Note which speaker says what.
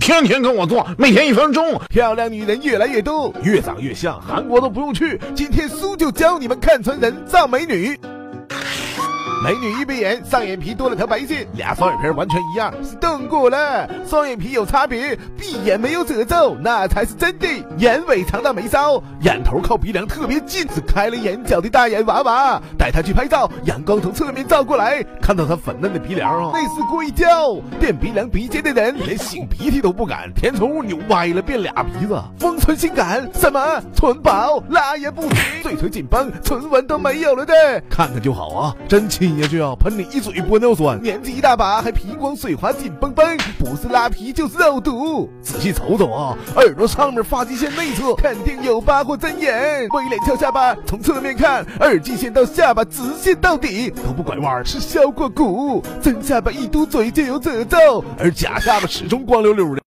Speaker 1: 天天跟我做，每天一分钟。
Speaker 2: 漂亮女人越来越多，越长越像，韩国都不用去。今天苏就教你们看成人造美女。美女一闭眼，上眼皮多了条白线，俩双眼皮完全一样，是动过了。双眼皮有差别，闭眼没有褶皱，那才是真的。眼尾长到眉梢，眼头靠鼻梁特别近，是开了眼角的大眼娃娃。带她去拍照，阳光从侧面照过来，看到她粉嫩的鼻梁啊，那是硅胶。垫鼻梁鼻尖的人连擤鼻涕都不敢，填充物扭歪了变俩鼻子。丰唇性感，什么唇薄拉也不行，嘴唇紧绷，唇纹都没有了的，看看就好啊，真亲下去啊，喷你一嘴玻尿酸。年纪一大把还皮光水滑紧绷绷，不是拉皮就是肉毒。仔细瞅瞅啊，耳朵上面发际线内侧肯定有八或针眼，微脸翘下巴，从侧面看，耳际线到下巴直线到底都不拐弯儿，是削过骨。真下巴一嘟嘴就有褶皱，而假下巴始终光溜溜的。